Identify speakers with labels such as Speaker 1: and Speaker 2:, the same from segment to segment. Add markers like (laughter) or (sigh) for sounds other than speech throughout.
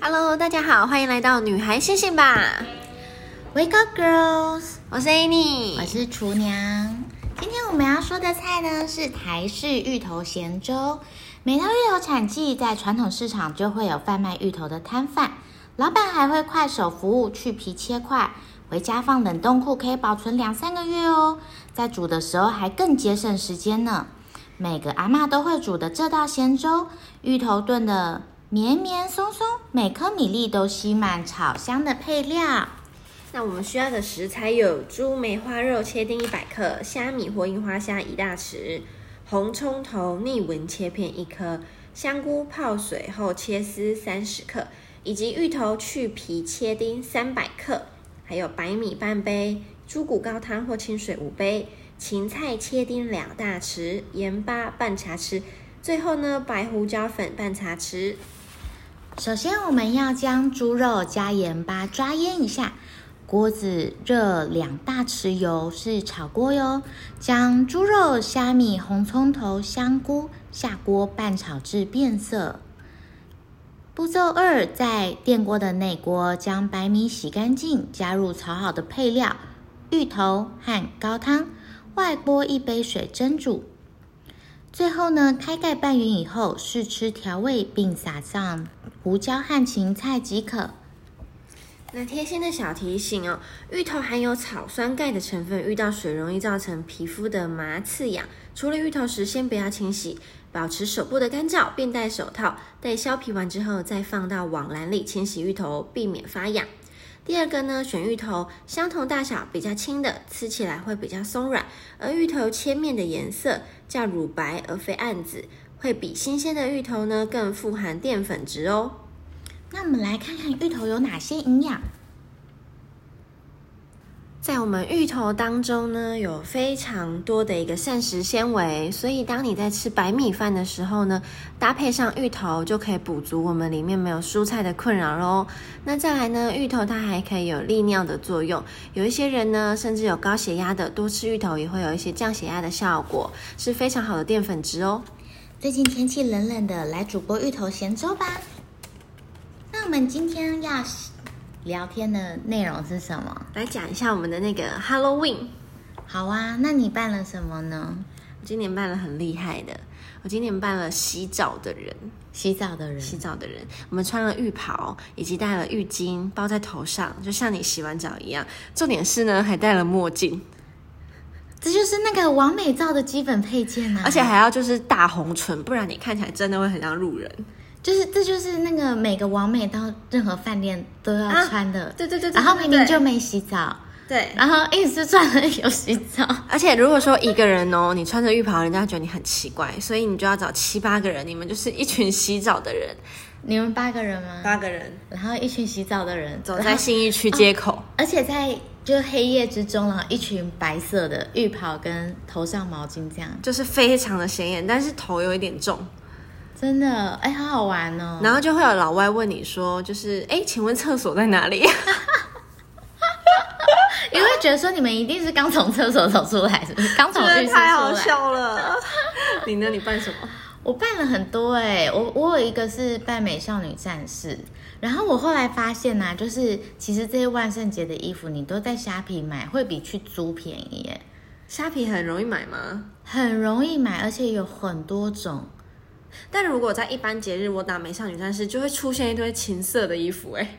Speaker 1: Hello，大家好，欢迎来到女孩星星吧，
Speaker 2: Wake up, girls！
Speaker 1: 我是 Annie，
Speaker 2: 我是厨娘。今天我们要说的菜呢是台式芋头咸粥。每到芋头产季，在传统市场就会有贩卖芋头的摊贩，老板还会快手服务，去皮切块，回家放冷冻库可以保存两三个月哦。在煮的时候还更节省时间呢。每个阿嬷都会煮的这道咸粥，芋头炖的绵绵松松，每颗米粒都吸满炒香的配料。
Speaker 1: 那我们需要的食材有猪梅花肉切丁一百克，虾米或樱花虾一大匙，红葱头逆纹切片一颗，香菇泡水后切丝三十克，以及芋头去皮切丁三百克，还有白米半杯，猪骨高汤或清水五杯，芹菜切丁两大匙，盐巴半茶匙，最后呢白胡椒粉半茶匙。
Speaker 2: 首先，我们要将猪肉加盐巴抓腌一下。锅子热两大匙油，是炒锅哟。将猪肉、虾米、红葱头、香菇下锅拌炒至变色。步骤二，在电锅的内锅将白米洗干净，加入炒好的配料、芋头和高汤，外锅一杯水蒸煮。最后呢，开盖拌匀以后，试吃调味，并撒上胡椒和芹菜即可。
Speaker 1: 那贴心的小提醒哦，芋头含有草酸钙的成分，遇到水容易造成皮肤的麻刺痒。处理芋头时，先不要清洗，保持手部的干燥，并戴手套。待削皮完之后，再放到网篮里清洗芋头，避免发痒。第二个呢，选芋头相同大小、比较轻的，吃起来会比较松软，而芋头切面的颜色较乳白而非暗紫，会比新鲜的芋头呢更富含淀粉质哦。
Speaker 2: 那我们来看看芋头有哪些营养。
Speaker 1: 在我们芋头当中呢，有非常多的一个膳食纤维，所以当你在吃白米饭的时候呢，搭配上芋头就可以补足我们里面没有蔬菜的困扰喽。那再来呢，芋头它还可以有利尿的作用，有一些人呢，甚至有高血压的，多吃芋头也会有一些降血压的效果，是非常好的淀粉质哦。
Speaker 2: 最近天气冷冷的，来煮锅芋头咸粥吧。那我们今天要聊天的内容是什么？
Speaker 1: 来讲一下我们的那个 Halloween。
Speaker 2: 好啊，那你办了什么呢？
Speaker 1: 我今年办了很厉害的，我今年办了洗澡的人，
Speaker 2: 洗澡的人，
Speaker 1: 洗澡的人，我们穿了浴袍，以及戴了浴巾包在头上，就像你洗完澡一样。重点是呢，还戴了墨镜，
Speaker 2: 这就是那个完美照的基本配件啊。
Speaker 1: 而且还要就是大红唇，不然你看起来真的会很像路人。
Speaker 2: 就是这就是那个每个完美到任何饭店都要
Speaker 1: 啊
Speaker 2: 穿的。
Speaker 1: 对对对对
Speaker 2: 然后
Speaker 1: 对
Speaker 2: 明
Speaker 1: 对
Speaker 2: 明就没洗澡，
Speaker 1: 对。
Speaker 2: 然后硬是穿了有洗澡。
Speaker 1: 而且如果说一个人哦，你穿着浴袍，人家觉得你很奇怪，所以你就要找七八个人，你们就是一群洗澡的人，
Speaker 2: 你们八个人吗？
Speaker 1: 八个人
Speaker 2: 然后一群洗澡的人
Speaker 1: 走
Speaker 2: 然
Speaker 1: 在
Speaker 2: 后
Speaker 1: 信义区街口，
Speaker 2: 而且在就黑夜之中，然后一群白色的浴袍跟头上毛巾这样，
Speaker 1: 就是非常的显眼，但是头有一点重。
Speaker 2: 真的哎，好好玩哦。
Speaker 1: 然后就会有老外问你说，就是哎，请问厕所在哪里？
Speaker 2: 因为觉得说你们一定是刚从厕所走出来，是不是？刚从
Speaker 1: 真的
Speaker 2: 浴室出
Speaker 1: 太好
Speaker 2: 来。
Speaker 1: 笑了。 (laughs) 你呢？你办什么？
Speaker 2: 我办了很多哎、我我有一个是扮美少女战士，然后我后来发现呐、就是其实这些万圣节的衣服你都在虾皮买，会比去租便宜欸耶、
Speaker 1: 虾皮很容易买吗？
Speaker 2: 很容易买，而且有很多种。
Speaker 1: 但如果在一般节日，我打美少女战士就会出现一堆情色的衣服、哎，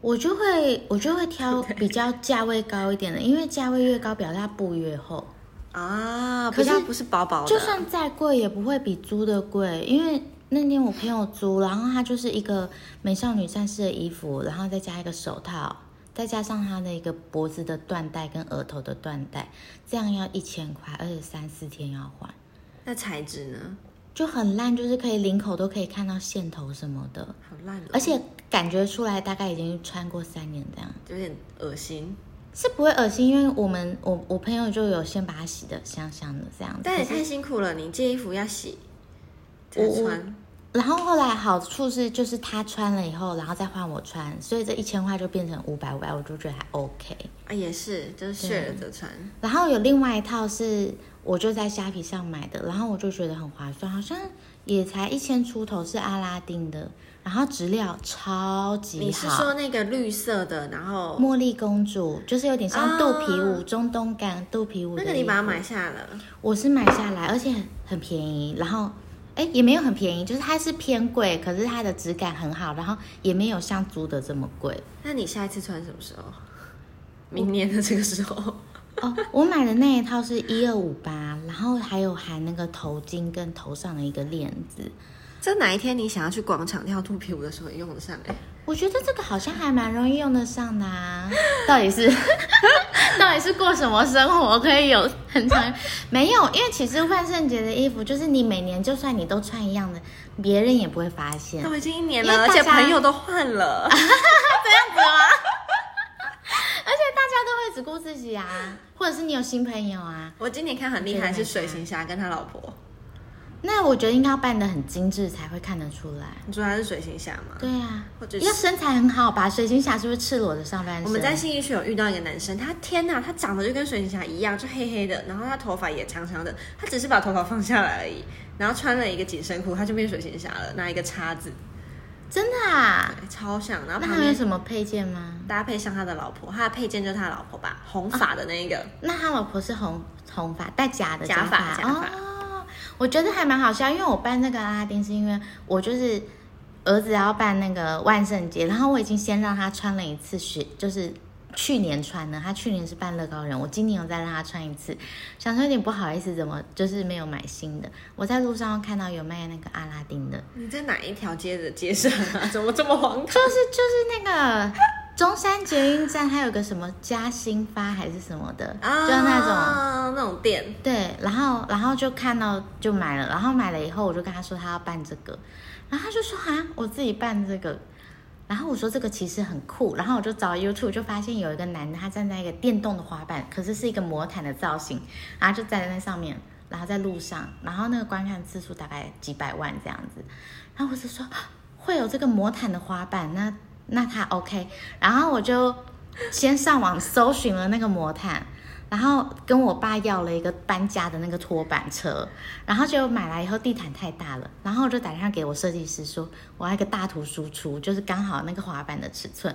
Speaker 2: 我就会我就会挑比较价位高一点的，因为价位越高，表示它布越厚。
Speaker 1: 啊，
Speaker 2: 可
Speaker 1: 比
Speaker 2: 是
Speaker 1: 较不是薄薄的，
Speaker 2: 就算再贵，也不会比租的贵。因为那天我朋友租，然后它就是一个美少女战士的衣服，然后再加一个手套，再加上它的一个脖子的缎带跟额头的缎带，这样要一千块，而且三四天要还，
Speaker 1: 那材质呢？
Speaker 2: 就很烂，就是可以领口都可以看到线头什么的，
Speaker 1: 好烂、哦，
Speaker 2: 而且感觉出来大概已经穿过三年这样。
Speaker 1: 有点恶心。
Speaker 2: 是不会恶心，因为我们我我朋友就有先把它洗的香香的这样子，
Speaker 1: 但也
Speaker 2: 可是
Speaker 1: 太辛苦了，你这衣服要洗才
Speaker 2: 我我
Speaker 1: 穿，
Speaker 2: 然后后来好处是就是他穿了以后，然后再换我穿，所以这一千块就变成五百五百，我就觉得还 OK。
Speaker 1: 啊也是，就是 share 着穿。
Speaker 2: 然后有另外一套是我就在虾皮上买的，然后我就觉得很划算，好像也才一千出头，是阿拉丁的，然后质量超级
Speaker 1: 你是
Speaker 2: 好。
Speaker 1: 说那个绿色的，然后
Speaker 2: 茉莉公主就是有点像肚皮舞、
Speaker 1: 啊
Speaker 2: 中东感肚皮舞的
Speaker 1: 那
Speaker 2: 衣服。
Speaker 1: 个你把它买下了，
Speaker 2: 我是买下来，而且很很便宜，然后哎也没有很便宜，就是它是偏贵，可是它的质感很好，然后也没有像租的这么贵。
Speaker 1: 那你下一次穿什么时候？明年的这个时候，
Speaker 2: 哦，我买的那一套是一二五八，然后还有含那个头巾跟头上的一个链子。
Speaker 1: 这哪一天你想要去广场跳肚皮舞的时候也用得上哎、
Speaker 2: 我觉得这个好像还蛮容易用得上的啊。到底是 (laughs) 到底是过什么生活可以有很长？没有，因为其实万圣节的衣服就是你每年就算你都穿一样的，别人也不会发现。
Speaker 1: 都已经一年
Speaker 2: 因
Speaker 1: 了，
Speaker 2: 为
Speaker 1: 而
Speaker 2: 大
Speaker 1: 且
Speaker 2: 家
Speaker 1: 朋友都换了，
Speaker 2: (laughs) 而且大家都会只顾自己啊，或者是你有新朋友啊。
Speaker 1: (laughs) 我今年看很厉害是水行侠跟他老婆，
Speaker 2: 那我觉得应该要扮得很精致才会看得出来。
Speaker 1: 你说他是水行侠吗？
Speaker 2: 对啊，
Speaker 1: 或者是
Speaker 2: 要身材很好吧？水晶侠是不是赤裸的上半身？
Speaker 1: 我们在信义区有遇到一个男生，他天呐，他长得就跟水行侠一样，就黑黑的，然后他头发也长长的，他只是把头发放下来而已，然后穿了一个紧身裤，他就变水行侠了，拿一个叉子，
Speaker 2: 真的啊？
Speaker 1: 哎超像。然后
Speaker 2: 那
Speaker 1: 旁
Speaker 2: 还有
Speaker 1: 边
Speaker 2: 什么配件吗？
Speaker 1: 搭配上他的老婆，他的配件就是他的老婆吧，红发的那一个，
Speaker 2: 那他老婆是红红发，戴假的
Speaker 1: 假发
Speaker 2: 发
Speaker 1: 假发
Speaker 2: 哦。我觉得还蛮好笑，因为我扮那个阿拉丁是因为我就是儿子要扮那个万圣节，然后我已经先让他穿了一次雪，就是去年穿的，他去年是扮乐高人，我今年有再让他穿一次，想说有点不好意思，怎么就是没有买新的？我在路上看到有卖那个阿拉丁的，
Speaker 1: 你在哪一条街的街上啊？ (laughs) 怎么这么荒唐？
Speaker 2: 就是就是那个中山捷运站，还有个什么嘉兴发还是什么的，
Speaker 1: (laughs) 啊，
Speaker 2: 就是那种。
Speaker 1: 那种店，
Speaker 2: 对，然后然后就看到就买了，然后买了以后我就跟他说他要办这个，然后他就说啊我自己办这个，然后我说这个其实很酷，然后我就找 YouTube 就发现有一个男的他站在一个电动的滑板，可是是一个魔毯的造型，然后就站在那上面，然后在路上，然后那个观看次数大概几百万这样子，然后我就说啊会有这个魔毯的滑板，那那他 OK，然后我就先上网搜寻了那个魔毯。然后跟我爸要了一个搬家的那个拖板车，然后就买来以后地毯太大了，然后我就打电话给我设计师说，我要一个大图输出，就是刚好那个滑板的尺寸，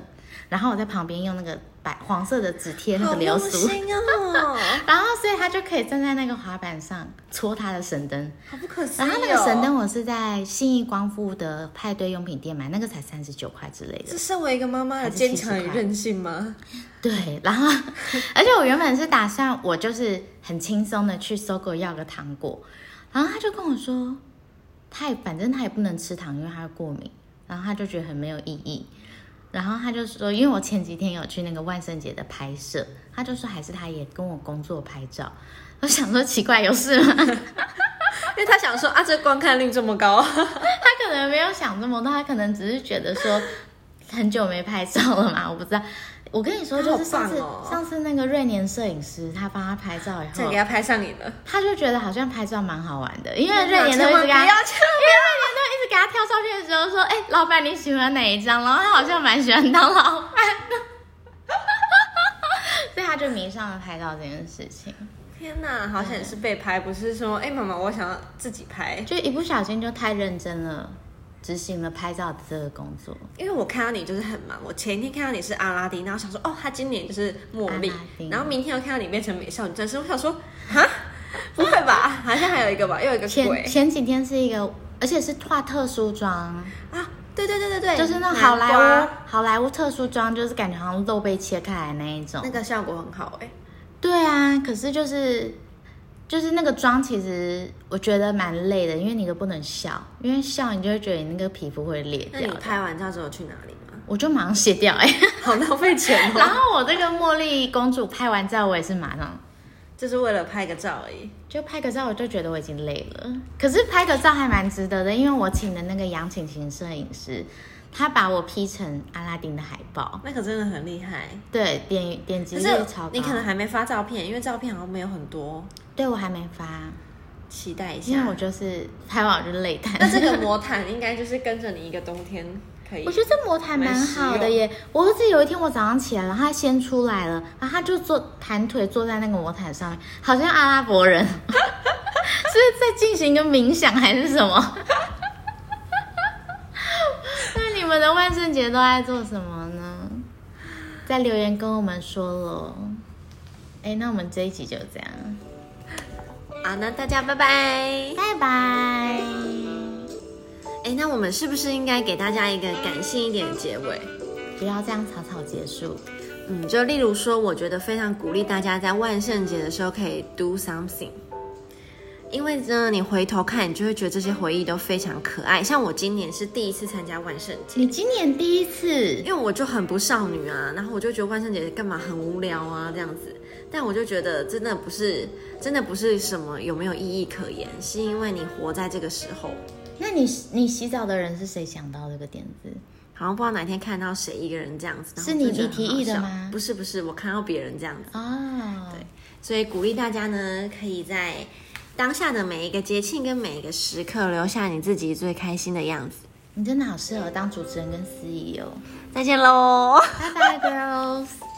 Speaker 2: 然后我在旁边用那个白黄色的纸贴那
Speaker 1: 好
Speaker 2: 个流
Speaker 1: 用
Speaker 2: 苏，
Speaker 1: 心哦，
Speaker 2: 然后所以他就可以站在那个滑板上搓他的神灯。
Speaker 1: 好不可思议、哦。
Speaker 2: 然后那个神灯，我是在信义光复的派对用品店买，那个才三十九块之类的
Speaker 1: 这。身为一个妈妈的坚强与韧性吗？
Speaker 2: 对，然后而且我原本是打算我就是很轻松的去搜狗要个糖果，然后他就跟我说，他也反正他也不能吃糖，因为他过敏，然后他就觉得很没有意义。然后他就说，因为我前几天有去那个万圣节的拍摄，他就说还是他也跟我工作拍照。我想说奇怪，有事
Speaker 1: (laughs)
Speaker 2: 吗？
Speaker 1: 因为他想说啊，这观看率这么 (laughs) 高，
Speaker 2: 他可能没有想这么多，他可能只是觉得说很久没拍照了嘛，我 (laughs) 不知道。我跟你说，就是上次、
Speaker 1: 他好棒哦
Speaker 2: 上次那个瑞年摄影师，他帮他拍照以
Speaker 1: 再
Speaker 2: 后
Speaker 1: 给，他拍上瘾了。
Speaker 2: 他就觉得好像拍照蛮好玩的，因为
Speaker 1: 天哪
Speaker 2: 瑞年都
Speaker 1: 千
Speaker 2: 一直
Speaker 1: 万
Speaker 2: 给
Speaker 1: 不
Speaker 2: 他，因为瑞
Speaker 1: 要
Speaker 2: 年
Speaker 1: 这
Speaker 2: 都一直给他挑照片的时候说：“哎、老板你喜欢哪一张？”然后他好像蛮喜欢当老板的， (laughs) 所以他就迷上了拍照这件事情，
Speaker 1: 天哪，好险是被拍，不是说哎、妈妈我想要自己拍。
Speaker 2: 就一不小心就太认真了，执行了拍照这个工作。
Speaker 1: 因为我看到你就是很忙，我前一天看到你是阿拉丁，然后想说哦，他今年就是茉莉
Speaker 2: 阿拉，丁
Speaker 1: 然后明天又看到你变成美少女战士，我想说哈，不会吧？好像还有一个吧，又有一个
Speaker 2: 前
Speaker 1: 鬼
Speaker 2: 前几天是一个，而且是画特殊妆，
Speaker 1: 啊，对对对对对，
Speaker 2: 就是那种
Speaker 1: 南
Speaker 2: 好莱
Speaker 1: 瓜
Speaker 2: 坞好莱坞特殊妆，就是感觉好像肉被切开来那一种。
Speaker 1: 那个效果很好哎、
Speaker 2: 对啊，可是就是就是那个妆，其实我觉得蛮累的，因为你都不能笑，因为笑你就会觉得你那个皮肤会裂
Speaker 1: 那你
Speaker 2: 掉。
Speaker 1: 拍完照之后去哪里吗？ (laughs)
Speaker 2: 我就马上卸掉哎、 (laughs)
Speaker 1: 好浪费钱
Speaker 2: 然
Speaker 1: (laughs) 哦，
Speaker 2: 后我这个茉莉公主拍完照，我也是马上
Speaker 1: 就是为了拍个照而已。
Speaker 2: 就拍个照，我就觉得我已经累了。可是拍个照还蛮值得的，因为我请的那个杨晴晴摄影师，他把我 P 成阿拉丁的海报，
Speaker 1: 那可真的很厉害。
Speaker 2: 对，点点击
Speaker 1: 可
Speaker 2: 率
Speaker 1: 是
Speaker 2: 超高。
Speaker 1: 你可能还没发照片，因为照片好像没有很多，
Speaker 2: 对我还没发，
Speaker 1: 期待一 (laughs)
Speaker 2: 因为
Speaker 1: 下
Speaker 2: 我。就是拍完我就累瘫。
Speaker 1: 那这个魔毯应该就是跟着你一个冬天，可以
Speaker 2: 我。觉得这膜弹蛮好的耶！我儿子有一天我早上起来了，他先出来了，然后他就坐盘腿坐在那个魔毯上面，好像阿拉伯人，是不是在进行一个冥想还是什么？ (laughs) 那你们的万圣节都在做什么呢？在留言跟我们说喽。哎，那我们这一集就这样，
Speaker 1: 好，那大家拜拜。
Speaker 2: 拜拜。
Speaker 1: 哎，那我们是不是应该给大家一个感性一点的结尾？
Speaker 2: 不要这样草草结束。
Speaker 1: 嗯，就例如说，我觉得非常鼓励大家在万圣节的时候可以 do something，因为呢，你回头看，你就会觉得这些回忆都非常可爱。像我今年是第一次参加万圣节，
Speaker 2: 你今年第一次
Speaker 1: 因为我就很不少女啊，然后我就觉得万圣节干嘛很无聊啊这样子，但我就觉得真的不是，真的不是什么有没有意义可言，是因为你活在这个时候。
Speaker 2: 那你你洗澡的人是谁想到这个点子？
Speaker 1: 好像不知道哪天看到谁一个人这样子，然后
Speaker 2: 是你
Speaker 1: 就觉得
Speaker 2: 你提议的
Speaker 1: 很好笑
Speaker 2: 吗
Speaker 1: 不是不是，我看到别人这样子。
Speaker 2: 哦，
Speaker 1: 对所以鼓励大家呢，可以在当下的每一个节庆跟每一个时刻，留下你自己最开心的样子。
Speaker 2: 你真的好适合当主持人跟司仪哦。
Speaker 1: 再见喽！
Speaker 2: 拜拜，girls。